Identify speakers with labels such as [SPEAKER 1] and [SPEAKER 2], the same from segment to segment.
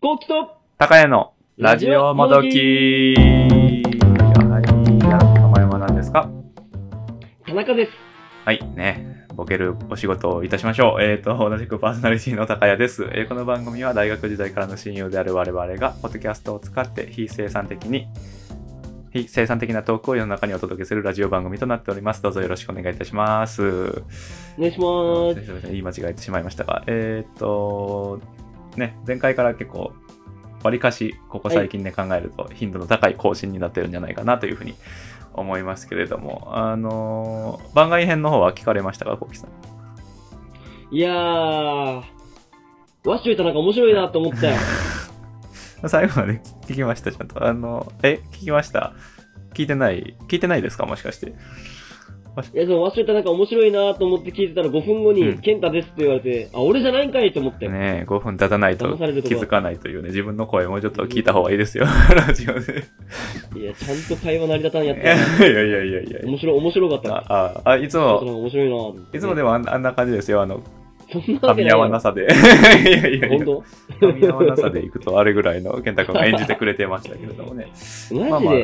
[SPEAKER 1] ゴーキと
[SPEAKER 2] 高谷のラジオもどきはい、あなたの名前は何ですか
[SPEAKER 1] 田中です。
[SPEAKER 2] はい、ね。ボケるお仕事をいたしましょう。えっ、と、同じくパーソナリティの高谷です。えーこの番組は大学時代からの親友である我々が、ポッドキャストを使って非生産的に、非生産的なトークを世の中にお届けするラジオ番組となっております。どうぞよろしくお願いいたします。
[SPEAKER 1] お願いします。
[SPEAKER 2] すみません言い間違えてしまいましたが、えーっと、ね、前回から結構、わりかし、ここ最近で考えると、頻度の高い更新になってるんじゃないかなというふうに思いますけれども、あのー番外編の方は聞かれましたか、コウキさん。
[SPEAKER 1] いやー、ワッシュイ田中面白いなと 思ったよ。
[SPEAKER 2] 最後まで聞きました、ちゃんと。あの、え、聞きました聞いてない聞いてないですかもしかして。
[SPEAKER 1] いや、でもワッシュイ田中面白いなと思って聞いてたら5分後に、
[SPEAKER 2] うん
[SPEAKER 1] 健太ですって言われて、あ、俺じゃないんかいと思ったよ。
[SPEAKER 2] ねえ、5分経たないと
[SPEAKER 1] 騙されるとこ
[SPEAKER 2] 気づかないというね、自分の声もうちょっと聞いた方がいいですよ、ラジオで。
[SPEAKER 1] いや、ちゃんと会話成り立たんやっ
[SPEAKER 2] い
[SPEAKER 1] た
[SPEAKER 2] や
[SPEAKER 1] ない
[SPEAKER 2] やいやいやいや。
[SPEAKER 1] 面白い、面白かった。
[SPEAKER 2] あああ、いつ
[SPEAKER 1] 田中
[SPEAKER 2] も
[SPEAKER 1] さん、が面白いなぁ
[SPEAKER 2] いつもでもあんあんな感じですよ、あの、
[SPEAKER 1] そんな
[SPEAKER 2] 噛
[SPEAKER 1] わけ
[SPEAKER 2] み
[SPEAKER 1] ない
[SPEAKER 2] 合わ
[SPEAKER 1] よ
[SPEAKER 2] な。さで。いやいやいや、
[SPEAKER 1] 本
[SPEAKER 2] 噛み合わなさでいくとあれぐらいの健太君が演じてくれてましたけれどもね。
[SPEAKER 1] 当 マジで、
[SPEAKER 2] まあまあ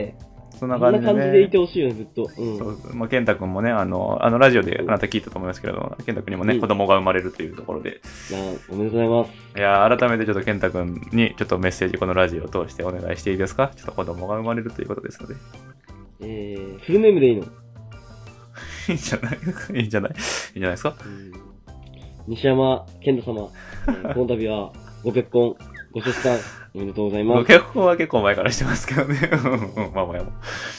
[SPEAKER 2] そん
[SPEAKER 1] こ
[SPEAKER 2] な
[SPEAKER 1] な
[SPEAKER 2] ん感じで
[SPEAKER 1] 感じでい
[SPEAKER 2] ね
[SPEAKER 1] て。ほしいよね、ずっと。うん。
[SPEAKER 2] そうまあ、健太君もね、あの、あのラジオであなた聞いたと思いますけれども、健太君にもね、
[SPEAKER 1] うん
[SPEAKER 2] 子供が生まれるというところで、
[SPEAKER 1] まあ、おめでとうございます。
[SPEAKER 2] いやー、改めてちょっと健太君にちょっとメッセージ、このラジオを通してお願いしていいですかちょっと子供が生まれるということですので。
[SPEAKER 1] えー、フルネームでいいの、
[SPEAKER 2] いいんじゃないいいんじゃないいいんじゃないですか
[SPEAKER 1] うん西山健太様、えーこの度はご結婚、ご出産、おめでとうございます。
[SPEAKER 2] 結婚は結構前からしてますけどね。うんうんまあまあまあ。
[SPEAKER 1] ま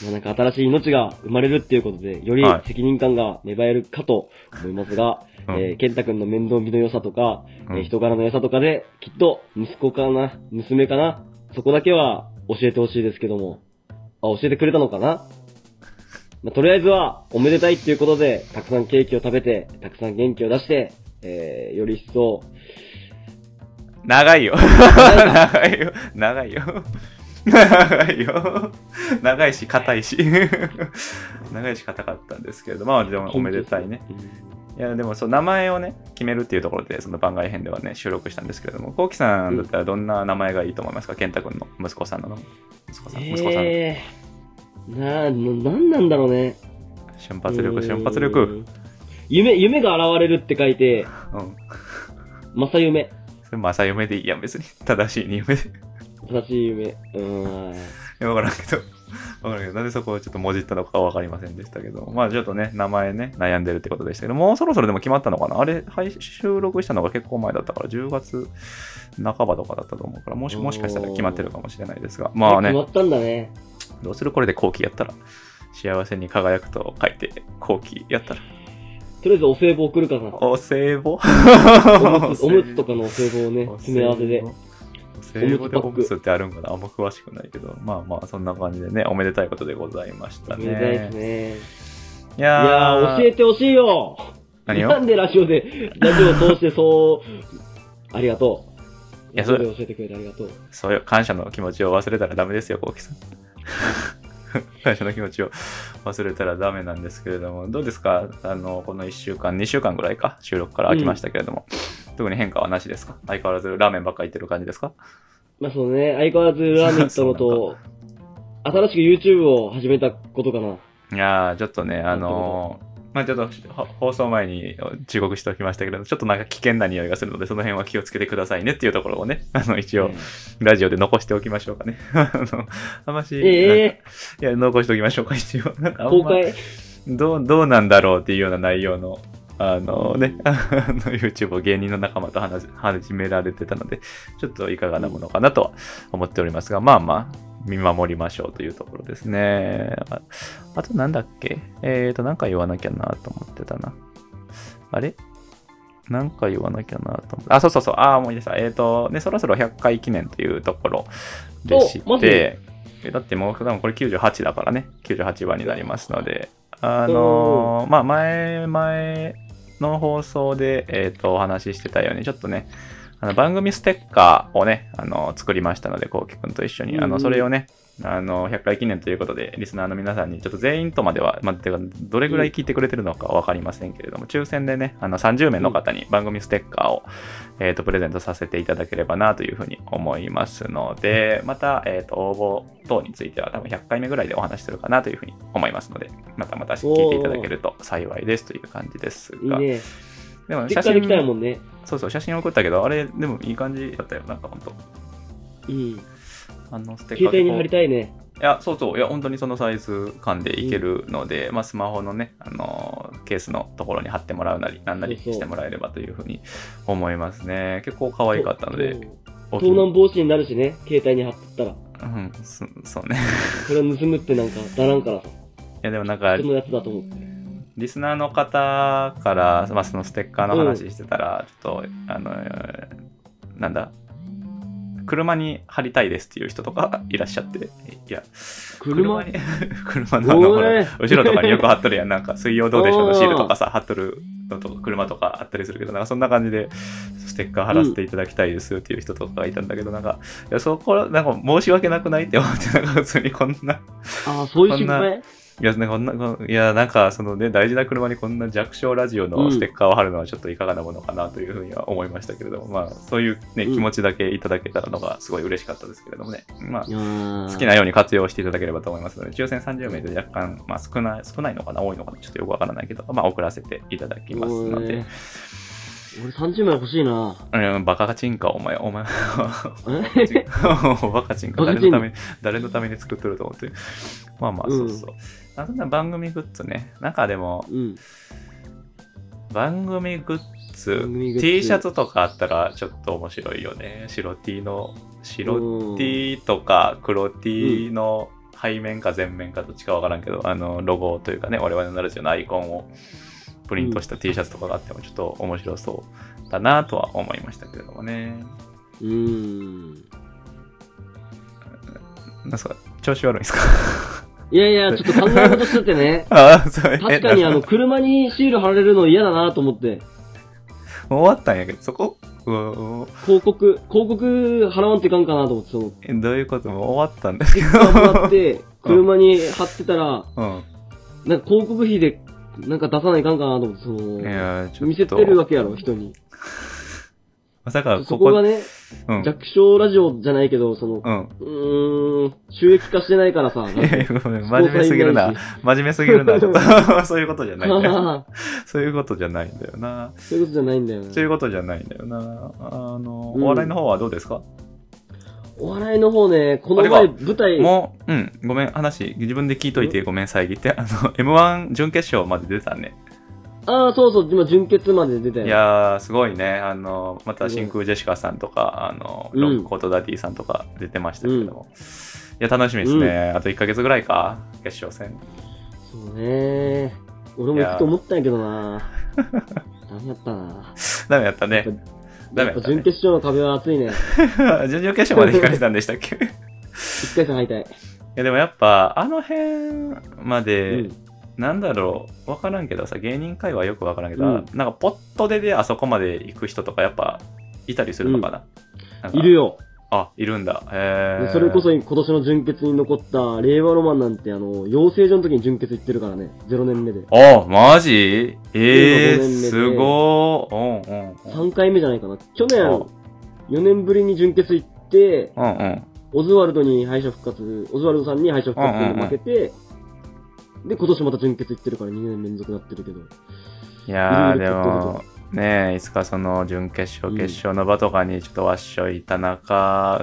[SPEAKER 1] あ、なんか新しい命が生まれるっていうことで、より
[SPEAKER 2] はい
[SPEAKER 1] 責任感が芽生えるかと思いますが、
[SPEAKER 2] うん
[SPEAKER 1] えー、健太くんの面倒見の良さとか、
[SPEAKER 2] うん
[SPEAKER 1] えー人柄の良さとかで、きっと息子かな、娘かな、そこだけは教えてほしいですけども、あ、教えてくれたのかなまあ、とりあえずは、おめでたいっていうことで、たくさんケーキを食べて、たくさん元気を出して、えー、より一層、
[SPEAKER 2] 長いよ。長いよ。 長いよ。長いよ。長いし、硬いし。 長いし、硬かったんですけれど、まあ、でも、おめでたいね。いや、でも、そう、名前をね、決めるっていうところで、その番外編ではね、収録したんですけれども、こうきさんだったら、どんな名前がいいと思いますか健太君の息子さんの。息子さん、息子さん。
[SPEAKER 1] えー、な、な、なんなんだろうね。
[SPEAKER 2] 瞬発力、瞬発
[SPEAKER 1] う
[SPEAKER 2] 力。
[SPEAKER 1] ん。夢、夢が現れるって書い て、
[SPEAKER 2] うん。
[SPEAKER 1] 正夢。
[SPEAKER 2] それ、正夢でいいやん、別に。正しいに夢で。
[SPEAKER 1] 正しい夢。うーん。
[SPEAKER 2] いやわからんけど、 わからんけど、なんでそこをちょっともじったのかはわかりませんでしたけど、まあちょっとね、名前ね、悩んでるってことでしたけど、もうそろそろでも決まったのかなあれ、配収録したのが結構前だったから、10月半ばとかだったと思うから、もしもしかしたら決まってるかもしれないですが、まあ
[SPEAKER 1] 決ま
[SPEAKER 2] ね、
[SPEAKER 1] ったんだね。
[SPEAKER 2] どうするこれで後期やったら、幸せに輝くと書いて、後期やったら、
[SPEAKER 1] とりあえずお歳暮送るからな。
[SPEAKER 2] お歳暮
[SPEAKER 1] おむつ、おむつと
[SPEAKER 2] か
[SPEAKER 1] かのお歳暮をね、詰め合わせで。。
[SPEAKER 2] お歳暮でおむつってあるんかなあんま詳しくないけど、まあまあ、そんな感じでね、おめでたいことでございました
[SPEAKER 1] お
[SPEAKER 2] ね。
[SPEAKER 1] めでたいですね。
[SPEAKER 2] い
[SPEAKER 1] いや
[SPEAKER 2] や
[SPEAKER 1] ー、教えてほしいよ
[SPEAKER 2] 何
[SPEAKER 1] な
[SPEAKER 2] を
[SPEAKER 1] んでラジオで、ラジオを通して そう、ありがとう。
[SPEAKER 2] いや
[SPEAKER 1] ラジ
[SPEAKER 2] そ
[SPEAKER 1] オ
[SPEAKER 2] れ
[SPEAKER 1] で教えてくれてありがとう。
[SPEAKER 2] そういう感謝の気持ちを忘れたらダメですよ、こうきさん。 感謝の気持ちを忘れたらダメなんですけれども、どうですかあの、この1週間、2週間ぐらいか、収録から空きましたけれども、特に変化はなしですか相変わらずラーメンばっかり行ってる感じですか
[SPEAKER 1] まあそうね、相変わらずラーメン行ったの
[SPEAKER 2] そう
[SPEAKER 1] と、新しく YouTube を始めたことかな。
[SPEAKER 2] いやー、ちょっとね、あのーまあちょっとほ放送前に忠告しておきましたけれども、ちょっとなんか危険な匂いがするので、その辺は気をつけてくださいねっていうところ をね、あの一応、ラジオで残しておきましょうかね。 あの、あんまし、
[SPEAKER 1] ええ
[SPEAKER 2] いや、残しておきましょうか、一応。なんかあんま
[SPEAKER 1] 公開
[SPEAKER 2] どう、どうなんだろうっていうような内容の、あのね、 あの YouTube を芸人の仲間と話し始められてたので、ちょっといかがなものかなとは思っておりますが、まあまあ、見守りましょうというところですね。ああとなんだっけえーと、なんか言わなきゃなと思ってたな。あれなんか言わなきゃなと思って。あ、そうそうそう。ああ、思い出した。えーと、ね、そろそろ100回記念というところでし
[SPEAKER 1] おマジ
[SPEAKER 2] て、えだってもう多分これ98だからね。98話になりますので、あのーまあ前、前の放送で、えーと、お話ししてたように、ちょっとね、あの番組ステッカーをね、あの、作りましたので、こうきくんと一緒に、あ
[SPEAKER 1] うんう
[SPEAKER 2] の、
[SPEAKER 1] ん
[SPEAKER 2] それをね、あの、100回記念ということで、リスナーの皆さんに、ちょっと全員とまでは、まあ、てか、どれぐらい聞いてくれてるのかわかりませんけれども、抽選でね、あの、30名の方に番組ステッカーを、えっ、と、プレゼントさせていただければな、というふうに思いますので、また、えっ、と、応募等については、多分100回目ぐらいでお話しするかな、というふうに思いますので、またまた聞いていただけると幸いです、という感じです
[SPEAKER 1] いい
[SPEAKER 2] が、
[SPEAKER 1] ね。
[SPEAKER 2] でも
[SPEAKER 1] ステ
[SPEAKER 2] 写
[SPEAKER 1] ッカーできたい
[SPEAKER 2] 真、
[SPEAKER 1] もんね。
[SPEAKER 2] そうそう、写真送ったけど、あれ、でもいい感じだったよ、なんか本当
[SPEAKER 1] うん。
[SPEAKER 2] あのステッ
[SPEAKER 1] 携
[SPEAKER 2] カーで
[SPEAKER 1] 帯に
[SPEAKER 2] こう
[SPEAKER 1] 貼りたいね。
[SPEAKER 2] いや、そうそう、いや、本当にそのサイズ感でいけるので、まあ、スマホのね、あのーケースのところに貼ってもらうなり、なんなり
[SPEAKER 1] そうそう
[SPEAKER 2] してもらえればというふうに思いますね。結構可愛かったので
[SPEAKER 1] そ、う
[SPEAKER 2] お気
[SPEAKER 1] 盗
[SPEAKER 2] に
[SPEAKER 1] 難防止になるしね、携帯に貼ってったら。
[SPEAKER 2] うん、そそうね。
[SPEAKER 1] それを盗むってなんか、だらんからさ。
[SPEAKER 2] いや、でもなんか、
[SPEAKER 1] 人のやつだと思って。
[SPEAKER 2] リスナーの方から、まあ、そのステッカーの話してたら、ちょっと、あのーなんだ、車に貼りたいですっていう人とか いらっしゃって、いや、
[SPEAKER 1] 車
[SPEAKER 2] に、 車のあの、
[SPEAKER 1] お
[SPEAKER 2] ほら
[SPEAKER 1] い
[SPEAKER 2] 後ろとかによく貼っとるやん。なんか、水曜どうでしょうの
[SPEAKER 1] おー
[SPEAKER 2] シールとかさ、貼っとるのとか、車とかあったりするけど、なんかそんな感じで、ステッカー貼らせていただきたいですっていう人とかがいたんだけど、なんか、いや、そこら、なんか申し訳なくないって思って、なんか普通にこんな、
[SPEAKER 1] ああ、そういう心
[SPEAKER 2] こん
[SPEAKER 1] 配
[SPEAKER 2] いや、なんかこんなこん、いや、なんか、そのね、大事な車にこんな弱小ラジオ
[SPEAKER 1] う
[SPEAKER 2] の
[SPEAKER 1] ん
[SPEAKER 2] ステッカーを貼るのはちょっといかがなものかなというふうには思いましたけれども、まあ、そういうね、
[SPEAKER 1] うん
[SPEAKER 2] 気持ちだけいただけたのがすごい嬉しかったですけれどもね、まあ、好
[SPEAKER 1] 好
[SPEAKER 2] き。なように活用していただければと思いますので、抽選30名で若干、まあ、少ない、少ないのかな、多いのかな、ちょっとよくわからないけど、まあ、送らせていただきますの
[SPEAKER 1] お
[SPEAKER 2] で
[SPEAKER 1] い、俺30枚欲しいな。
[SPEAKER 2] うん、バカチンカ、お前、お前、
[SPEAKER 1] え
[SPEAKER 2] バカチンカ、
[SPEAKER 1] バカ
[SPEAKER 2] 誰
[SPEAKER 1] チン
[SPEAKER 2] のために、誰のために作っとると思って、まあまあ、そうそう。あそんな番組グッズね、なんかでも、
[SPEAKER 1] うん。
[SPEAKER 2] 番組グッズ
[SPEAKER 1] 番組グッズ
[SPEAKER 2] T シャツとかあったらちょっと面白いよね白 T の白 T とか黒 T の背面か前面かどっちかわからんけどあのロゴというかね我々のラジオのアイコンをプリントした T シャツとかがあってもちょっと面白そうだなとは思いましたけれどもね
[SPEAKER 1] うん。
[SPEAKER 2] なんですか調子悪いで すか。
[SPEAKER 1] いやいや、ちょっと考え事しちゃってね
[SPEAKER 2] ああ そうえ
[SPEAKER 1] 確かにあ
[SPEAKER 2] なん
[SPEAKER 1] の、
[SPEAKER 2] か
[SPEAKER 1] 車にシール貼られるの嫌だなと思って、
[SPEAKER 2] もう終わったんやけどそこうわうわ
[SPEAKER 1] 広告、広告払わんといかんかなと思って、その、
[SPEAKER 2] えどういうこともう終わったんですけど
[SPEAKER 1] もら って、車に貼ってたら、
[SPEAKER 2] うん
[SPEAKER 1] なんか広告費で、なんか出さないかんかなと思って、そ
[SPEAKER 2] い
[SPEAKER 1] の、
[SPEAKER 2] やちょっと
[SPEAKER 1] 見せてるわけやろ、人に。
[SPEAKER 2] まさか
[SPEAKER 1] そこ
[SPEAKER 2] こ
[SPEAKER 1] が
[SPEAKER 2] こ、
[SPEAKER 1] ね、
[SPEAKER 2] うん、
[SPEAKER 1] 弱小ラジオじゃないけど、 その、
[SPEAKER 2] うん。
[SPEAKER 1] うーん、収益化してないからさ、
[SPEAKER 2] いやいやごめん 真面目すぎるな。真面目すぎ るな。ちょっとそういうことじ ゃないんだよ。
[SPEAKER 1] そ
[SPEAKER 2] そういうことじゃないんだよな。
[SPEAKER 1] ういうことじゃないんだよな
[SPEAKER 2] そういうことじゃないんだよな。あの、
[SPEAKER 1] うん
[SPEAKER 2] お笑いの方はどうですか、
[SPEAKER 1] お笑いの方ね、この
[SPEAKER 2] あ
[SPEAKER 1] 前
[SPEAKER 2] れ
[SPEAKER 1] 舞台、
[SPEAKER 2] もう、うん、ごめん、話、自分で聞いといてごめん、遮って。あの、M1 準決勝まで出たね。
[SPEAKER 1] ああ、そうそう、今、準決まで出たよ。
[SPEAKER 2] いやー、すごいね。あの、また真空ジェシカさんとか、あの、
[SPEAKER 1] うん
[SPEAKER 2] ロックコートダディさんとか出てましたけども。いや、楽しみですね。あと1ヶ月ぐらいか、決勝戦。
[SPEAKER 1] そうね俺も行くと思ったんやけどなダメだったな
[SPEAKER 2] ダメだっ たね。ダメ
[SPEAKER 1] やっ
[SPEAKER 2] だっ
[SPEAKER 1] ぱ
[SPEAKER 2] たね
[SPEAKER 1] 準決勝の壁は厚いね。
[SPEAKER 2] 準々決勝まで引かれてたんでしたっけ
[SPEAKER 1] 一回戦敗退。
[SPEAKER 2] いやでもやっぱあの辺ま
[SPEAKER 1] う
[SPEAKER 2] で
[SPEAKER 1] ん。
[SPEAKER 2] なんだろう分からんけどさ芸人界はよく分からんけど、
[SPEAKER 1] うん
[SPEAKER 2] なんかポットでであそこまで行く人とかやっぱいたりするのかな,、なんか
[SPEAKER 1] いるよ。
[SPEAKER 2] あいるんだへえ
[SPEAKER 1] それこそ今年の準決に残った、令和ロマンなんて、あの、養成所の時に準決行ってるからね。0年目で。
[SPEAKER 2] あマジええ
[SPEAKER 1] 15年目です
[SPEAKER 2] ごーうんうん
[SPEAKER 1] 3回目じゃないかな。去
[SPEAKER 2] あ
[SPEAKER 1] 年、4年ぶりに準決行って、
[SPEAKER 2] うんうん
[SPEAKER 1] オズワルドに敗者復活、オズワルドさんに敗者復活で負けて、で、今年また準決行ってるから2年連続なってる けど。
[SPEAKER 2] いやー
[SPEAKER 1] いろい
[SPEAKER 2] で
[SPEAKER 1] ろ
[SPEAKER 2] もねえいつかその準決
[SPEAKER 1] う
[SPEAKER 2] 勝
[SPEAKER 1] ん
[SPEAKER 2] 決勝の場とかにちょっとわっしょい田中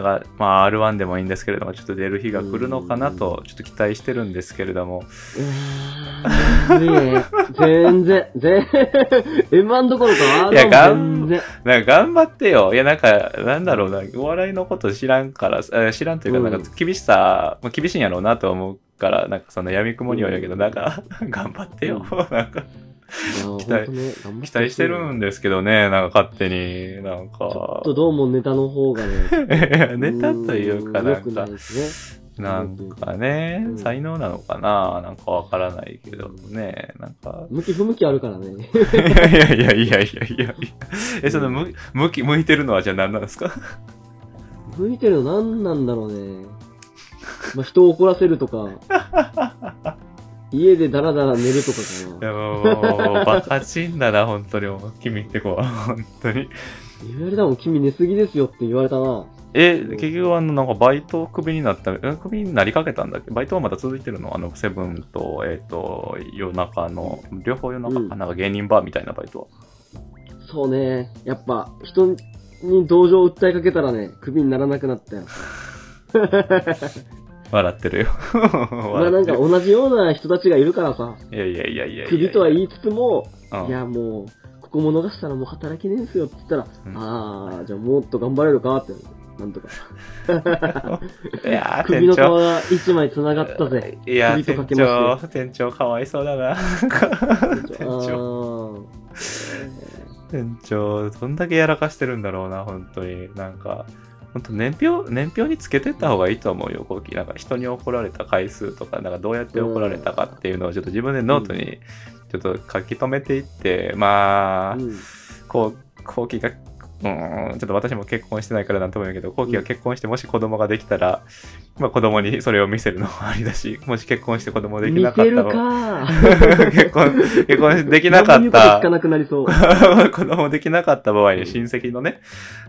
[SPEAKER 2] が、まあ R1 でもいいんですけれどもちょっと出る日が来るのかなとちょっと期待してるんですけれども
[SPEAKER 1] うーん全然、全然、M1 どころか、
[SPEAKER 2] いや
[SPEAKER 1] R1
[SPEAKER 2] が
[SPEAKER 1] も全
[SPEAKER 2] ん
[SPEAKER 1] 然。
[SPEAKER 2] なんか頑張ってよいやなんかなんだろうなお笑いのこと知らんからえ知らんという
[SPEAKER 1] う
[SPEAKER 2] か
[SPEAKER 1] ん
[SPEAKER 2] なんか厳しさ、も厳しいんやろうなと思うからなんかそのやみくもにはやけど
[SPEAKER 1] うん
[SPEAKER 2] なんか 頑張ってよなんか
[SPEAKER 1] 期
[SPEAKER 2] 期待期待してる
[SPEAKER 1] ち
[SPEAKER 2] んですけどねなんか勝手になん
[SPEAKER 1] ょ
[SPEAKER 2] か
[SPEAKER 1] っとどうもネタの方がね、
[SPEAKER 2] いやネタというか
[SPEAKER 1] うーん
[SPEAKER 2] な
[SPEAKER 1] 良く
[SPEAKER 2] ん
[SPEAKER 1] な
[SPEAKER 2] か
[SPEAKER 1] いですね。
[SPEAKER 2] なんかね
[SPEAKER 1] う、ん
[SPEAKER 2] 才能なのかななんかわからないけどね、なん か。
[SPEAKER 1] 向き不向きあるからね。
[SPEAKER 2] いやいやいやいやいやいやえ、その、む、向き、向いてるのはじゃあ何なんですか
[SPEAKER 1] 向いてるの何なんだろうね。まあ、人を怒らせると か、家でダラダラ寝るとか
[SPEAKER 2] い
[SPEAKER 1] かな。
[SPEAKER 2] や、もう、もうバカチンだ な、本当に。もう君って子は、本当に。
[SPEAKER 1] 言われたもん、君寝すぎですよって言われたな。
[SPEAKER 2] え、結局、あの、なんかバイトをクビになった、えクビになりかけたんだっけバイトはまだ続いてるのあの、セブンと、えっ、と、夜中の、両方夜中かな、なんか芸人バーみたいなバイトは。
[SPEAKER 1] そうね。やっぱ、人に同情を訴えかけたらね、クビにならなくなったよ。
[SPEAKER 2] 笑ってるよ。
[SPEAKER 1] まあ
[SPEAKER 2] 笑
[SPEAKER 1] な
[SPEAKER 2] っ
[SPEAKER 1] ん
[SPEAKER 2] て
[SPEAKER 1] か
[SPEAKER 2] る。
[SPEAKER 1] 同じような人たちがいるからさ、
[SPEAKER 2] いやいやいやいやいや。
[SPEAKER 1] クビとは言いつつも、
[SPEAKER 2] うん
[SPEAKER 1] いやもう、ここも逃したらもう働けねえんすよって言ったら、
[SPEAKER 2] うん
[SPEAKER 1] ああ、じゃあもっと頑張れるかって、なんとか。
[SPEAKER 2] いやー、
[SPEAKER 1] 首の
[SPEAKER 2] 店
[SPEAKER 1] 皮
[SPEAKER 2] 長。
[SPEAKER 1] が一枚繋がった ぜ。
[SPEAKER 2] いやー、
[SPEAKER 1] 首とか
[SPEAKER 2] 店
[SPEAKER 1] けま
[SPEAKER 2] 長、店長かわいそうだな。
[SPEAKER 1] 店
[SPEAKER 2] 長
[SPEAKER 1] 長。
[SPEAKER 2] 店長、どんだけやらかしてるんだろうな、本当に。なんか、本当年表、年表につけてった方がいいと思うよ、こうきなんか人に怒られた回数とか、なんかどうやって怒られたかっていうのをちょっと自分でノートにちょっと書き留めていって、ま
[SPEAKER 1] あ
[SPEAKER 2] あ
[SPEAKER 1] ー、うん
[SPEAKER 2] こう、後期が、うーん、ちょっと私も結婚してないからなんとも言うけど、後期が結婚して、もし子供ができたら、まあ子供にそれを見せるのもありだし、もし結婚して子供できな
[SPEAKER 1] 見
[SPEAKER 2] かっ
[SPEAKER 1] せ
[SPEAKER 2] た
[SPEAKER 1] る
[SPEAKER 2] ら、
[SPEAKER 1] か
[SPEAKER 2] 結婚、結婚できなか
[SPEAKER 1] 何も言う
[SPEAKER 2] っ
[SPEAKER 1] こと聞
[SPEAKER 2] た
[SPEAKER 1] か、なくなりそう。
[SPEAKER 2] 子供できなかった場合に親戚のね、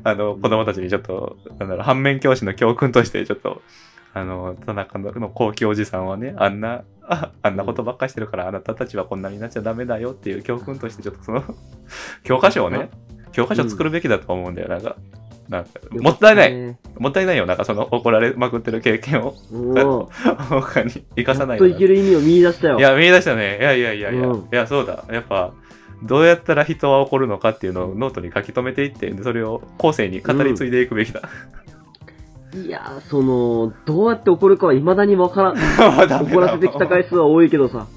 [SPEAKER 2] あの、子供たちにちょっと、なんだろう、反面教師の教訓として、ちょっと、あの、田中のの後期おじさんはね、あんな、ああんなことばっかりしてるから、あなたたちはこんなになっちゃダメだよっていう教訓として、ちょっとそ の、教科書をね、教科書作るべきだと思うんだよ、なんか。なんか もったいない、
[SPEAKER 1] い。
[SPEAKER 2] もったいないよ、なんかその怒られまくってる経験を、
[SPEAKER 1] も
[SPEAKER 2] 他に生かさな
[SPEAKER 1] う、
[SPEAKER 2] い
[SPEAKER 1] と
[SPEAKER 2] よ
[SPEAKER 1] いける意味を見出したよ。
[SPEAKER 2] いや、見出したね。いやいやいやいや、
[SPEAKER 1] うん
[SPEAKER 2] いや、そうだ。やっぱ、どうやったら人は怒るのかっていうのをノートに書き留めていって、でそれを後世に語り継いでいくべきだ。
[SPEAKER 1] いやー、その、どうやって怒るかは未だにわからん。
[SPEAKER 2] まあダメだ
[SPEAKER 1] 怒らせてきた回数は多いけどさ。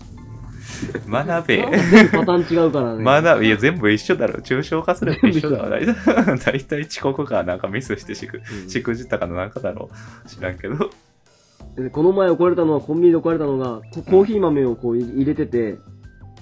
[SPEAKER 2] 学
[SPEAKER 1] 全
[SPEAKER 2] べ。
[SPEAKER 1] 部パターン違うからね。
[SPEAKER 2] 学べ。いや、全部一緒だろ。抽象化すれば一緒だわ。大体 大体遅刻か、なんかミスしてしく、
[SPEAKER 1] うん
[SPEAKER 2] しくじったかのなんかだろう。知らんけど。
[SPEAKER 1] でこの前怒られたのは、コンビニで怒られたのが、こコーヒー豆をこうい入れてて、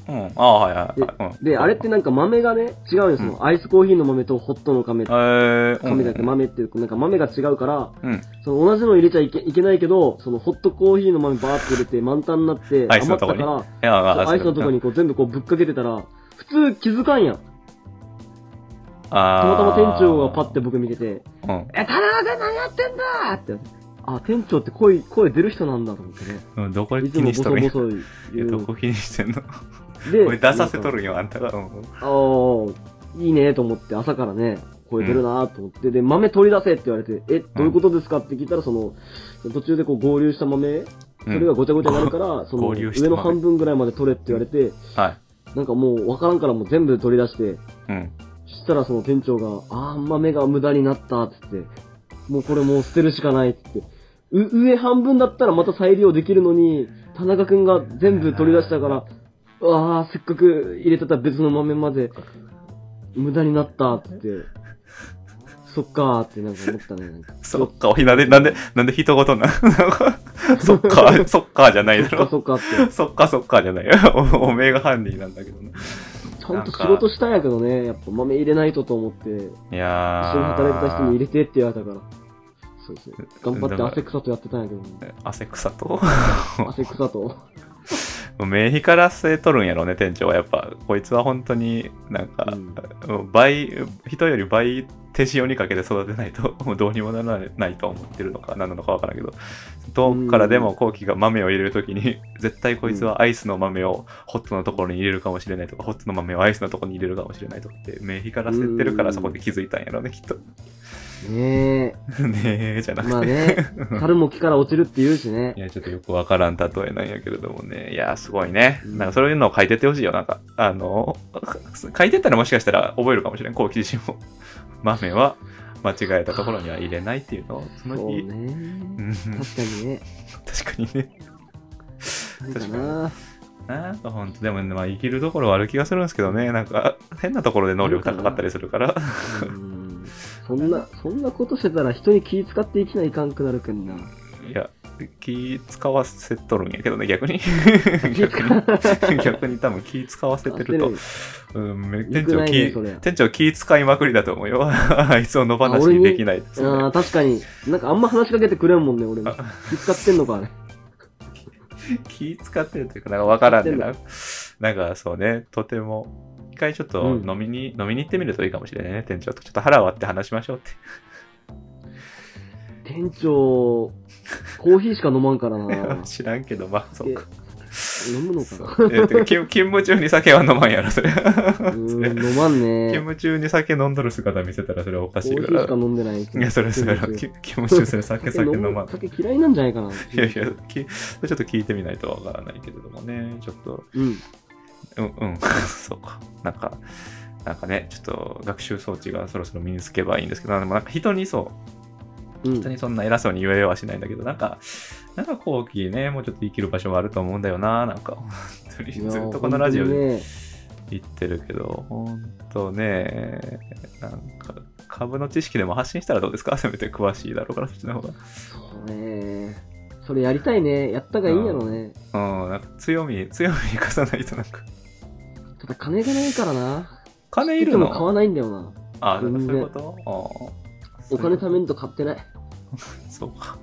[SPEAKER 2] うん。ああ、はいはいはい。うん
[SPEAKER 1] で、あれってなんか豆がね、違うんですよ。アイスコーヒーの豆とホットの豆
[SPEAKER 2] え、ー、うん
[SPEAKER 1] 豆だっけ豆っていう、なんか豆が違うから、
[SPEAKER 2] うん。
[SPEAKER 1] その同じの入れちゃいけいけないけど、そのホットコーヒーの豆バーって入れて満タンになって、
[SPEAKER 2] ア
[SPEAKER 1] 余
[SPEAKER 2] イ
[SPEAKER 1] っ
[SPEAKER 2] ス
[SPEAKER 1] た
[SPEAKER 2] の
[SPEAKER 1] か
[SPEAKER 2] とこ
[SPEAKER 1] ら、
[SPEAKER 2] に
[SPEAKER 1] そう
[SPEAKER 2] いや、まあ
[SPEAKER 1] アイスのとこ。
[SPEAKER 2] うん
[SPEAKER 1] にこう全部こうぶっかけてたら、普通気づかんやん。た
[SPEAKER 2] あ
[SPEAKER 1] またま
[SPEAKER 2] ー
[SPEAKER 1] 店長がパッて僕見てて、
[SPEAKER 2] うん
[SPEAKER 1] え、田中君何やってんだって。あ、店長って声、声出る人なんだと思ってね。
[SPEAKER 2] うん。どこ
[SPEAKER 1] い
[SPEAKER 2] に
[SPEAKER 1] つ
[SPEAKER 2] 気
[SPEAKER 1] もボ
[SPEAKER 2] にし
[SPEAKER 1] ソ
[SPEAKER 2] とるん
[SPEAKER 1] ボ
[SPEAKER 2] や。
[SPEAKER 1] ソ
[SPEAKER 2] い
[SPEAKER 1] 言
[SPEAKER 2] やど
[SPEAKER 1] う。
[SPEAKER 2] こ気にしてんの
[SPEAKER 1] で
[SPEAKER 2] これ出させと
[SPEAKER 1] る。
[SPEAKER 2] るよ、あんたが。うん
[SPEAKER 1] あーいいねと思って、朝からね、声出るなと思って、で、豆取り出せって言われて、え、どういうことですかって聞いたら、その、途中でこう合流した豆、それがごちゃごちゃになる から、その、
[SPEAKER 2] 合
[SPEAKER 1] 上
[SPEAKER 2] 流した
[SPEAKER 1] の
[SPEAKER 2] 豆
[SPEAKER 1] 半分ぐらいまで取れって言われて、
[SPEAKER 2] は
[SPEAKER 1] なんかもうわからんからもう全部取り出して、
[SPEAKER 2] い。うん。
[SPEAKER 1] そしたらその店長が、あー、豆が無駄になった、つって、もうこれもう捨てるしかない、つって。う、上半分だったらまた再利用できるのに、田中くんが全部取り出したから、あー、せっかく入れてた別の豆まで、無駄になった、つって。そっかーってなんか思ったね。なんか
[SPEAKER 2] そっか、おひなで、なんで、なんで人ごとな。 そっか、そっかじゃないだ
[SPEAKER 1] そっか
[SPEAKER 2] ろ。
[SPEAKER 1] そっかって。
[SPEAKER 2] そっか、そっかじゃないよ。おおめえが犯人なんだけどな。
[SPEAKER 1] ちゃんと仕事したんやけどね、やっぱ豆入れないとと思って。
[SPEAKER 2] い
[SPEAKER 1] 一緒に働いてた人に入
[SPEAKER 2] やー、
[SPEAKER 1] れてって言われたから。そうそう。頑張って汗臭とやってたんやけど、
[SPEAKER 2] 汗臭と。
[SPEAKER 1] 汗臭と。
[SPEAKER 2] 目光らせとるんやろうね、店長は。やっぱ、こいつは本当になんか、倍、人より倍手塩にかけて育てないと、 もうどうにもならないと思ってるのか、何なのかわからんけど、遠くからでも後期が豆を入れるときに、 絶対こいつはアイスの豆をホットのところに入れるかもしれないとか、ホットの豆をアイスのところに入れるかもしれないとかって、目光らせてるか
[SPEAKER 1] う
[SPEAKER 2] ら
[SPEAKER 1] ん
[SPEAKER 2] そこで気づいたんやろうね、きっと。
[SPEAKER 1] ねえ。
[SPEAKER 2] ねえ、じゃなくて。
[SPEAKER 1] まあね、猿も木から落ちるって言うしね
[SPEAKER 2] い。や、ちょっとよくわからん例えなんやけれどもね。いや、すごいね。
[SPEAKER 1] うん
[SPEAKER 2] なんかそういうのを書いてってほしいよ。なんか、あの、 書いてったらもしかしたら覚えるかもしれん。後期自身も。 豆は間違えたところには入れないっていうのを、そ
[SPEAKER 1] そ
[SPEAKER 2] の
[SPEAKER 1] う
[SPEAKER 2] 日、う
[SPEAKER 1] ね。
[SPEAKER 2] ん
[SPEAKER 1] 確かにね。
[SPEAKER 2] 確かにね。
[SPEAKER 1] なんかな。
[SPEAKER 2] なんかほんと、でもね、まあ生きるところはある気がするんですけどね。なんか、変なところで能力高かったりするから。
[SPEAKER 1] うんそんな、そんなことしてたら人に気使って生きないかんくなるけんな。
[SPEAKER 2] いや、気使わせとるんやけどね、 逆に。逆に。
[SPEAKER 1] 逆
[SPEAKER 2] 逆に多分気使わせてると。うん、め
[SPEAKER 1] 良
[SPEAKER 2] 店
[SPEAKER 1] く
[SPEAKER 2] 長
[SPEAKER 1] ないね、そ
[SPEAKER 2] 気、
[SPEAKER 1] れ。あ
[SPEAKER 2] 店長気使いまくりだと思うよ。 あいつを野放しにできないですね。
[SPEAKER 1] ー確かに。なんかあんま話しかけてくれんもんね、俺も。気使ってんのか、あれ。
[SPEAKER 2] 気使ってるというか、なんかわからんねんな
[SPEAKER 1] 気。
[SPEAKER 2] なんかそうね、とても。一回ちょっと
[SPEAKER 1] うん
[SPEAKER 2] 飲みに、飲みに行ってみるといいかもしれないね、店長と。ちょっと腹割って話しましょうって。。
[SPEAKER 1] 店長、コーヒーしか飲まんからな
[SPEAKER 2] 知らんけど、まあ、そうか。
[SPEAKER 1] 飲むのか
[SPEAKER 2] そ
[SPEAKER 1] な
[SPEAKER 2] うえてか勤勤務中に酒は飲まんやろ、それ。
[SPEAKER 1] うーん、飲まん
[SPEAKER 2] 勤
[SPEAKER 1] ね。
[SPEAKER 2] 務中に酒飲んどる姿見せたらそれはお
[SPEAKER 1] コ
[SPEAKER 2] かしい
[SPEAKER 1] ー
[SPEAKER 2] か。
[SPEAKER 1] ヒーしから飲んでない。
[SPEAKER 2] いや、それそれ、
[SPEAKER 1] 勤務中
[SPEAKER 2] 勤務中それ
[SPEAKER 1] 酒
[SPEAKER 2] 酒酒
[SPEAKER 1] 飲
[SPEAKER 2] 飲
[SPEAKER 1] む
[SPEAKER 2] まん。
[SPEAKER 1] 酒嫌いなんじゃないかな。
[SPEAKER 2] いやいや、きちょっと聞いてみないとわからないけれどもね、ちょっと、
[SPEAKER 1] うん。
[SPEAKER 2] うん、うん、 そうか。なんか、なんかね、ちょっと学習装置がそろそろ身につけばいいんですけど、でもなんか人にそう、
[SPEAKER 1] う
[SPEAKER 2] 人
[SPEAKER 1] ん。
[SPEAKER 2] にそんな偉そうに言えはしないんだけど、なんか、なんか後期ね、もうちょっと生きる場所はあると思うんだよな、なんか、本当に、ずっとこのラジオ
[SPEAKER 1] い
[SPEAKER 2] で
[SPEAKER 1] や本当にね
[SPEAKER 2] 言ってるけど、本当ね、なんか、株の知識でも発信したらどうですかせめて詳しいだろうから、そっちの方
[SPEAKER 1] そうね。それやりたいね。やったがいいんやろね。
[SPEAKER 2] が。うん、なんか強み、強み生かさないとなんか、
[SPEAKER 1] ただ金がないからな。
[SPEAKER 2] 金い
[SPEAKER 1] いつ
[SPEAKER 2] る
[SPEAKER 1] も買わ
[SPEAKER 2] の
[SPEAKER 1] ないんだよな。
[SPEAKER 2] あ、なんか
[SPEAKER 1] 全
[SPEAKER 2] そ
[SPEAKER 1] 然
[SPEAKER 2] ういうことああ
[SPEAKER 1] お金貯めると買ってない。
[SPEAKER 2] そうか。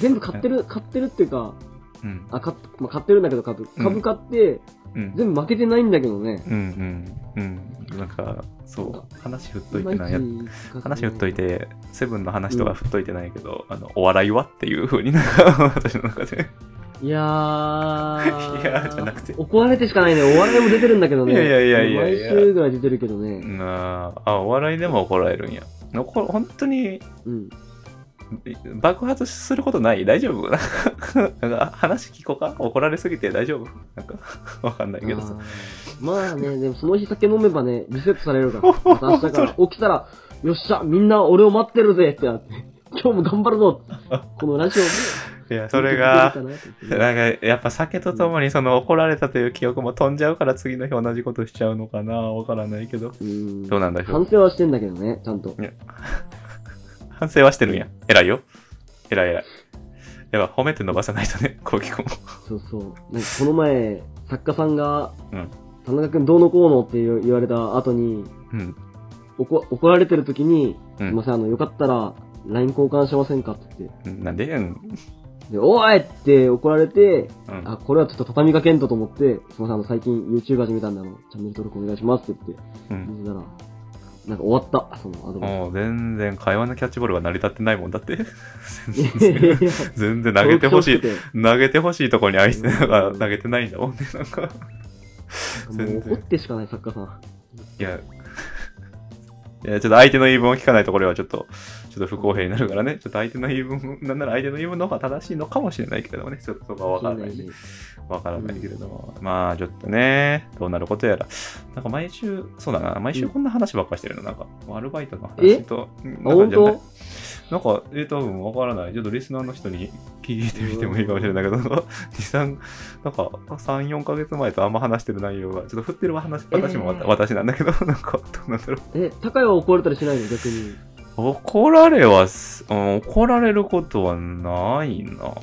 [SPEAKER 1] 全部買ってる、買ってるっていうか、
[SPEAKER 2] うん。
[SPEAKER 1] あ、買っまあ、買ってるんだけど株。
[SPEAKER 2] うん
[SPEAKER 1] 株買って、
[SPEAKER 2] うん。
[SPEAKER 1] 全部負けてないんだけどね。
[SPEAKER 2] うんうん。うん。なんか、そう、話振っといてないや。
[SPEAKER 1] いまち
[SPEAKER 2] 話振っとい。て、セブンの話とか振っといてないけど、あの、お笑いはっていう風になんか、私の中で。
[SPEAKER 1] いやー。
[SPEAKER 2] いやーじゃなくて
[SPEAKER 1] 怒られてしかないね。お笑いも出てるんだけどね。
[SPEAKER 2] いやいやいやいやいや
[SPEAKER 1] 毎週ぐらい出てるけど
[SPEAKER 2] う
[SPEAKER 1] ね。
[SPEAKER 2] んあー、あお笑いでも怒られるんや。のこ本当に
[SPEAKER 1] うん。
[SPEAKER 2] 爆発することない大丈夫なんかなんか話聞こうか怒られすぎて大丈夫なんかわかんないけどさ。
[SPEAKER 1] あーまあね、でもその日酒飲めばね、リセットされるから。また明日から起きたら、よっしゃ、みんな俺を待ってるぜってなって、今日も頑張るぞこのラジオで。
[SPEAKER 2] いや、 それが、
[SPEAKER 1] 聞いてくれるかなって
[SPEAKER 2] なんかやっぱ酒とともにその怒られたという記憶も飛んじゃうから次の日同じことしちゃうのかなわからないけど。
[SPEAKER 1] うん
[SPEAKER 2] どうなんだろ
[SPEAKER 1] 反
[SPEAKER 2] う。
[SPEAKER 1] 省はしてんだけどね、ちゃんと。
[SPEAKER 2] 反省はしてるんや。偉いよ。偉い偉い。やっぱ褒めて伸ばさないとね、こうきくんも。
[SPEAKER 1] そうそう。なんかこの前、作家さんが、
[SPEAKER 2] うん
[SPEAKER 1] 田中君どうのこうのって言われた後に、
[SPEAKER 2] うん。
[SPEAKER 1] おこ怒られてる時に、
[SPEAKER 2] う
[SPEAKER 1] すいま
[SPEAKER 2] ん
[SPEAKER 1] せん、あの、よかったら、LINE 交換しませんかって言って。
[SPEAKER 2] うん。なんでうん。
[SPEAKER 1] で、おいって怒られて、
[SPEAKER 2] うん
[SPEAKER 1] あ、これはちょっと畳みかけんとと思って、すいません、あの、最近 YouTube 始めたんで、あの、チャンネル登録お願いしますって言って、
[SPEAKER 2] うん。
[SPEAKER 1] 見てたら、なんか終わった、そのアドバイ
[SPEAKER 2] もう全然会話のキャッチボールが成り立ってないもんだって。
[SPEAKER 1] ス。いやいやいや
[SPEAKER 2] 全然投げてほしい。
[SPEAKER 1] 恐ろ
[SPEAKER 2] 投げてほしいとこに相手が投げてないんだもんね。なんか、
[SPEAKER 1] しくてもう
[SPEAKER 2] 全然
[SPEAKER 1] 怒ってしかない作家さん。
[SPEAKER 2] いや、 いや、ちょっと相手の言い分を聞かないとこれはちょっと、ちょっと不公平になるからね。ちょっと相手の言い分、なんなら相手の言い分の方が正しいのかもしれないけれどもね。ちょっとそこはわからないね。わからないけれども、まあちょっとね、どうなることやら。なんか毎週、そうだな、毎週こんな話ばっかしてるの、なんか、アルバイトの話と、うん
[SPEAKER 1] あ、
[SPEAKER 2] なん
[SPEAKER 1] 本
[SPEAKER 2] かじゃない
[SPEAKER 1] 当
[SPEAKER 2] なんか、えー、多分わからない。ちょっとリスナーの人に聞いてみてもいいかもしれないけど、 なんか、2、3、なんか、3、4ヶ月前とあんま話してる内容が、ちょっと振ってる話、私もわ
[SPEAKER 1] え
[SPEAKER 2] た、
[SPEAKER 1] ー
[SPEAKER 2] 私なんだけど、 なんか、どうなんだろう。
[SPEAKER 1] え、高谷は怒られたりしないの逆に。
[SPEAKER 2] 怒られはす、うん怒られることはないな。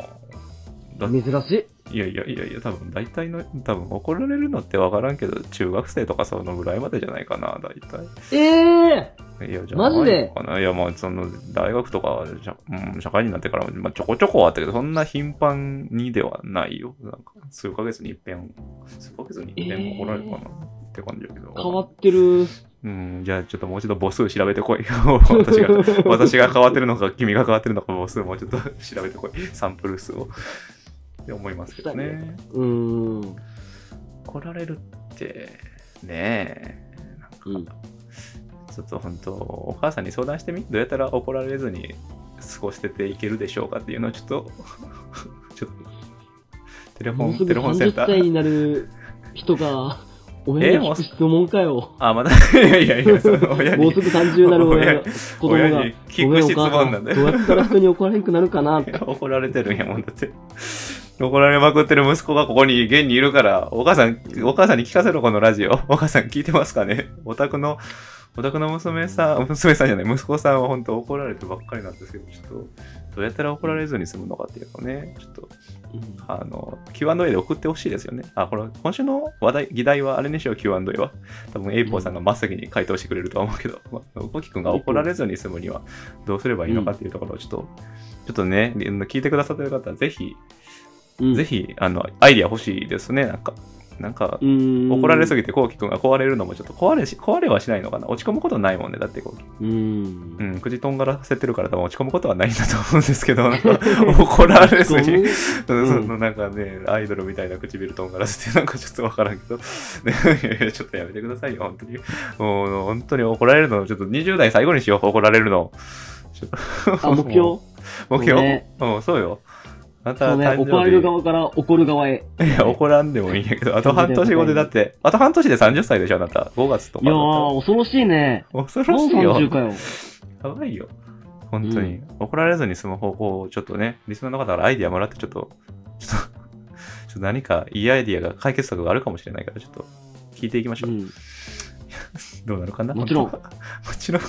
[SPEAKER 2] だ
[SPEAKER 1] 珍しい。
[SPEAKER 2] いやいやいやいや、多分大体の、多分怒られるのってわからんけど、中学生とかそのぐらいまでじゃないかな、大体。
[SPEAKER 1] ええ
[SPEAKER 2] いや、じゃ
[SPEAKER 1] マジで
[SPEAKER 2] ないのかないや、まあ、その、大学とか、じゃうん、社会人になってからも、まあ、ちょこちょこはあったけど、そんな頻繁にではないよ。なんか、数ヶ月に一遍、数ヶ月に一遍怒られるかな、って感じだけど。
[SPEAKER 1] 変わってる。
[SPEAKER 2] うん、じゃあ、ちょっともう一度母数調べてこい。私 が、私が変わってるのか、君が変わってるのか、母数もうちょっと調べてこい。サンプル数を。って思いますけど
[SPEAKER 1] した
[SPEAKER 2] ね。
[SPEAKER 1] うーん。
[SPEAKER 2] 怒られるって、ねえ。なんか
[SPEAKER 1] うん
[SPEAKER 2] ちょっと本当、お母さんに相談してみ、どうやったら怒られずに過ごしてていけるでしょうかっていうのをちょっと、 ちょっと、テレフ
[SPEAKER 1] もうす
[SPEAKER 2] ォン、
[SPEAKER 1] ぐ
[SPEAKER 2] テレフォンセン
[SPEAKER 1] 30
[SPEAKER 2] タ
[SPEAKER 1] 歳
[SPEAKER 2] ー。
[SPEAKER 1] になる人が、親に聞く質問かよ。
[SPEAKER 2] あ、まだ、 いやいやいや、その親に。
[SPEAKER 1] もうすぐ30になる親が、子供
[SPEAKER 2] 親
[SPEAKER 1] が
[SPEAKER 2] に、聞く質問なんだ
[SPEAKER 1] どう
[SPEAKER 2] よ。
[SPEAKER 1] やったら人に怒られなくなるかなっ
[SPEAKER 2] い
[SPEAKER 1] て。
[SPEAKER 2] や怒られてるんやもんだって。怒られまくってる息子がここに現 にいるから、お母さん、お母さんに聞かせろ、このラジオ。お母さん聞いてますかねお宅の、お宅の娘さん、娘さんじゃない、息子さんは本当怒られてばっかりなんですけど、ちょっと、どうやったら怒られずに済むのかっていうのをね、ちょっと、
[SPEAKER 1] うん
[SPEAKER 2] あの、Q&A で送ってほしいですよね。あ、これ、今週の話題、議題はあれにしよう、Q&A は。多分、エイポーさんが真っ先に回答してくれるとは思うけど、 まあ、コキ君が怒られずに済むには、どうすればいいのかっていうところをちょっと、ちょっとね、あの聞いてくださってる方、ぜひ、
[SPEAKER 1] うん
[SPEAKER 2] ぜひ、あの、アイディア欲しいですね、なんか。なんか、怒
[SPEAKER 1] 怒
[SPEAKER 2] られす
[SPEAKER 1] ぎ
[SPEAKER 2] ぎて、こうきくんが壊れるのもちょっと壊れし、壊れはしないのかな落ち込むことないもんね。だって、こうき
[SPEAKER 1] うん
[SPEAKER 2] うん、口とんがらせてるから多分落ち込むことはないんだと思うんですけ ど、なんか怒られずに、
[SPEAKER 1] ん
[SPEAKER 2] そのなんかね、アイドルみたいな唇とんがらせて、なんかちょっとわからんけど、ね、 いやいやちょっとやめてくださいよ、本当に。もう、本当に怒られるの、ちょっと20代最後にしよう、怒られるの。ちょっと
[SPEAKER 1] あ、目標
[SPEAKER 2] 目
[SPEAKER 1] そう
[SPEAKER 2] 標、
[SPEAKER 1] ね
[SPEAKER 2] うん、そうよ。あんた
[SPEAKER 1] そうね、
[SPEAKER 2] 誕
[SPEAKER 1] 怒られ
[SPEAKER 2] 生日
[SPEAKER 1] る側から怒る側へ。
[SPEAKER 2] いや、怒らんでもいいんやけど、あと半年後でだって、あと半年で30歳でしょ、あなた。5月と
[SPEAKER 1] い
[SPEAKER 2] かだ
[SPEAKER 1] や
[SPEAKER 2] ったら。
[SPEAKER 1] ー、恐ろしいね。
[SPEAKER 2] 恐ろ
[SPEAKER 1] もう
[SPEAKER 2] しいよ。
[SPEAKER 1] 30かよ。
[SPEAKER 2] やばいよ。本当に、
[SPEAKER 1] う
[SPEAKER 2] 怒られずに済む方法をちょっとね、リスナーの方からアイディアもらって、ちょっと、ちょっと 、ちょっと何かいいアイディアが解決策があるかもしれないから、ちょっと聞いていきまし
[SPEAKER 1] う
[SPEAKER 2] ょう。
[SPEAKER 1] ん。
[SPEAKER 2] どうなるかな
[SPEAKER 1] もちろん
[SPEAKER 2] 本当は もちろん。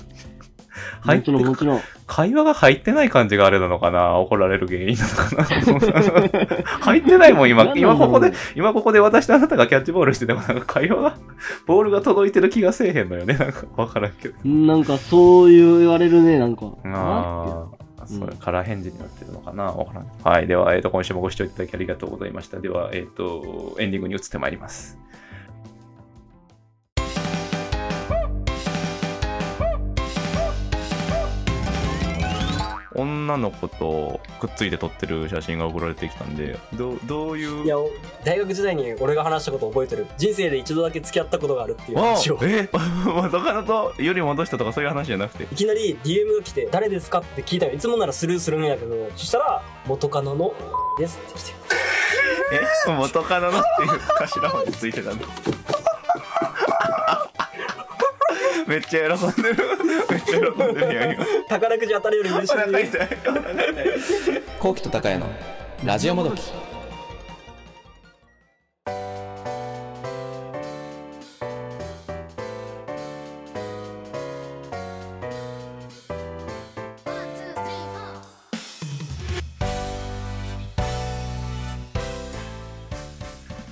[SPEAKER 2] 入
[SPEAKER 1] も
[SPEAKER 2] っ
[SPEAKER 1] ちろん、も
[SPEAKER 2] て
[SPEAKER 1] ちろん。
[SPEAKER 2] 会話が入ってない感じがあれなのかな怒られる原因なのかな 入ってないもん、今。今ここで、今ここで私とあなたがキャッチボールしてても、なんか会話が、ボールが届いてる気がせえへんのよね。なんかわからんけど。
[SPEAKER 1] なんか、そういう言われるね、なんか。
[SPEAKER 2] ああ、
[SPEAKER 1] うん
[SPEAKER 2] それから返事になってるのかな、わからん。はい、では、えっ、と、今週もご視聴いただきありがとうございました。では、えっ、と、エンディングに移ってまいります。女の子とくっついて撮ってる写真が送られてきたんで、どうどういう。
[SPEAKER 3] いや、大学時代に俺が話したこと覚えてる。人生で一度だけ付き合ったことがあるっていう
[SPEAKER 2] わあ
[SPEAKER 3] 話を。
[SPEAKER 2] え 元カノとより戻したとかそういう話じゃなくて。
[SPEAKER 3] いきなり DM が来て、誰ですかって聞いたよ。いつもならスルーするんやけど、そしたら、元カノの、ですって来て。
[SPEAKER 2] え元カノのっていう頭までついてたんだ めっちゃ喜んでるめっちゃ喜んでるやん今
[SPEAKER 3] 宝くじ当たるより嬉しい
[SPEAKER 2] お。腹痛いお腹痛い
[SPEAKER 4] コウキと高谷のラジオもどき。
[SPEAKER 5] One, two, three, four.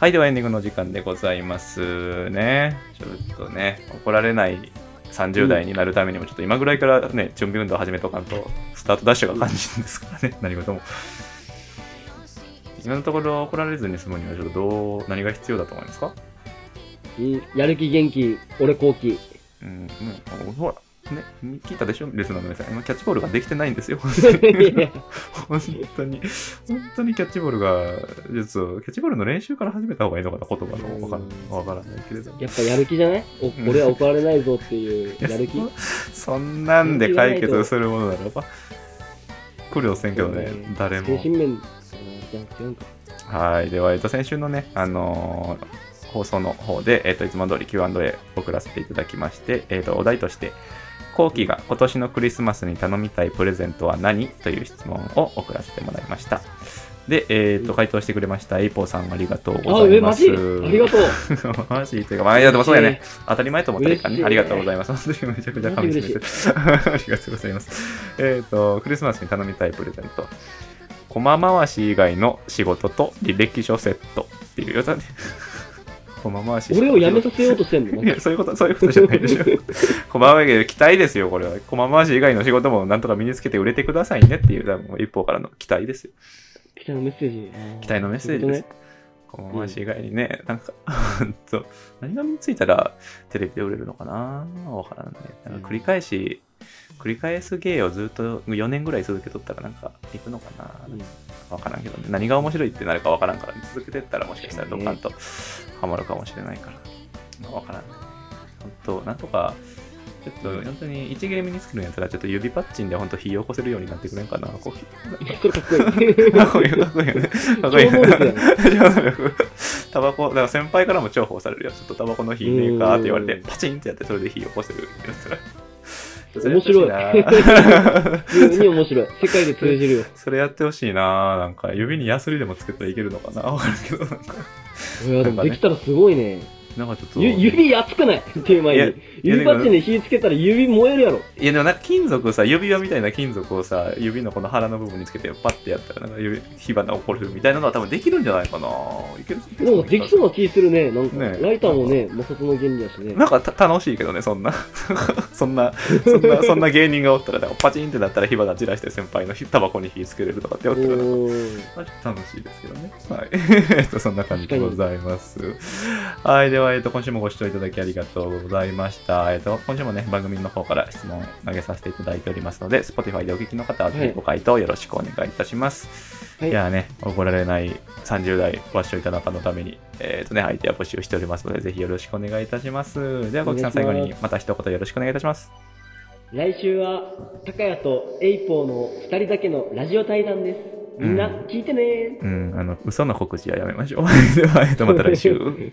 [SPEAKER 2] はいではエンディングの時間でございますねちょっとね怒られない30代になるためにもちょっと今ぐらいからね準備運動始めとかんとスタートダッシュが肝心ですからね 何事も今のところ怒られずに済むにはちょっとどう何が必要だと思いますか
[SPEAKER 1] うんやる気元気、俺後 期。
[SPEAKER 2] うん、うん、ほら、ね、聞いたでしょ、リスナーの皆さん。今、キャッチボールができてないんですよ。 本当に、本当にキャッチボールが、実は、キャッチボールの練習から始めた方がいいのかな、言葉がわからわからないけれども。
[SPEAKER 1] やっぱやる気じゃないお俺は怒られないぞっていう、やる気。
[SPEAKER 2] そんなんで解決するものならば、苦慮せんけどね、誰
[SPEAKER 1] 精
[SPEAKER 2] も。
[SPEAKER 1] 神面、じゃあ違うんか。
[SPEAKER 2] はい。では、えっと、先週のね、あのー放送の方で、えっと、いつも通り Q&A 送らせていただきまして、えっと、お題として、後期が今年のクリスマスに頼みたいプレゼントは何という質問を送らせてもらいました。で、えっと、回答してくれました、エイポーさん、ありがとう
[SPEAKER 1] あ、
[SPEAKER 2] ござい
[SPEAKER 1] え、
[SPEAKER 2] ま
[SPEAKER 1] マ
[SPEAKER 2] す。
[SPEAKER 1] ジありがとう。
[SPEAKER 2] とう。 マジというか、まあ、いや、でもそうやね。当たり前と思ったらいいから
[SPEAKER 1] 嬉し
[SPEAKER 2] ね。
[SPEAKER 1] い
[SPEAKER 2] ありがとうございます。本当にめちゃくちゃ噛み締めてる。 ありがとうございます。えっ、と、クリスマスに頼みたいプレゼント。コマ回し以外の仕事と履歴書セットっていうよ だね。コマ回し。
[SPEAKER 1] 俺をやめさせようとしてんの
[SPEAKER 2] いや、そういうこと、そういうことじゃないでしょ。コマ回し、期待ですよ、これは。コマ回し以外の仕事もなんとか身につけて売れてくださいねっていう、多分一方からの 期待ですよ。
[SPEAKER 1] 期待のメッセージ。
[SPEAKER 2] 期待のメッセージです。この話以外にね、なんか、 ほんと、何が身についたらテレビで売れるのかなわからない。なんか繰り返し、繰り返す芸をずっと4年ぐらい続けとったらなんか、いくのか
[SPEAKER 1] うん
[SPEAKER 2] なわからんけどね。何が面白いってなるかわからんから、続けてったらもしかしたらドカンとハマるかもしれないから。わからん。本当なんとか、ちょっと本当に一芸身につけるんやったら、ちょっと指パッチンで本当火起こせるようになってくれんかな
[SPEAKER 1] こ
[SPEAKER 2] こう
[SPEAKER 1] れかっこいい。
[SPEAKER 2] かっこいいよ、かっこいい よね。かっこいいよ
[SPEAKER 1] 超能力だよ
[SPEAKER 2] ね。超能力 タバコ、だから先輩からも重宝されるよ。ちょっとタバコの火ねえかって言われ
[SPEAKER 1] う
[SPEAKER 2] て
[SPEAKER 1] ん、
[SPEAKER 2] パチンってやって、それで火起こせるようになったら。
[SPEAKER 1] 面白い
[SPEAKER 2] それやってほしいな
[SPEAKER 1] 普通に面白い。世界で通じるよ。
[SPEAKER 2] それやってほしいなな んか指にヤスリでもつけたらいけるのかなわかるけど、なんか。
[SPEAKER 1] いや、でもできたらすごいね。
[SPEAKER 2] なんかちょっと。
[SPEAKER 1] ゆ指熱くないっていう前
[SPEAKER 2] いや
[SPEAKER 1] に。指パッチンで火つけたら指燃えるやろ。
[SPEAKER 2] いやでもなんか金属をさ、指輪みたいな金属をさ、指のこの腹の部分につけてパッてやったらなんか指火花起こるみたいなのは多分できるんじゃないかな。いけるいける
[SPEAKER 1] なんかできそうな気するね。なんか、
[SPEAKER 2] ねえ
[SPEAKER 1] ライターもね、摩擦の原理だしね。
[SPEAKER 2] なんかた楽しいけどね、そんな。 そんな、そんな、そんな芸人がおったら、なんかパチンってなったら火花散らして先輩の火タバコに火つけれるとかってお
[SPEAKER 1] お
[SPEAKER 2] ったら、ま
[SPEAKER 1] ー
[SPEAKER 2] あちょっと楽しいですけどね。はい。 えっと、そんな感じでございます。はい。では、えっと、今週もご視聴いただきありがとうございました。えっと、今週もね、番組の方から質問投げさせていただいておりますので、Spotify でお聞きの方は、ぜひご回答よろしくお願いいたします。
[SPEAKER 1] はい
[SPEAKER 2] いやーね、怒られない30代わっしょい田中のために、えっ、とね、相手は募集しておりますので、ぜひよろしくお願いいたします。では、ごきさん
[SPEAKER 1] お
[SPEAKER 2] 最
[SPEAKER 1] 願いします
[SPEAKER 2] 後にまた一言よろしくお願いいたします。
[SPEAKER 1] 来週は、高谷とエイポーの二人だけのラジオ対談です。みんな
[SPEAKER 2] うん、
[SPEAKER 1] 聞いてね
[SPEAKER 2] うん、あの、嘘の告知はやめましょう。では、えっと、また来週。
[SPEAKER 1] ー。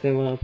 [SPEAKER 1] さよなら。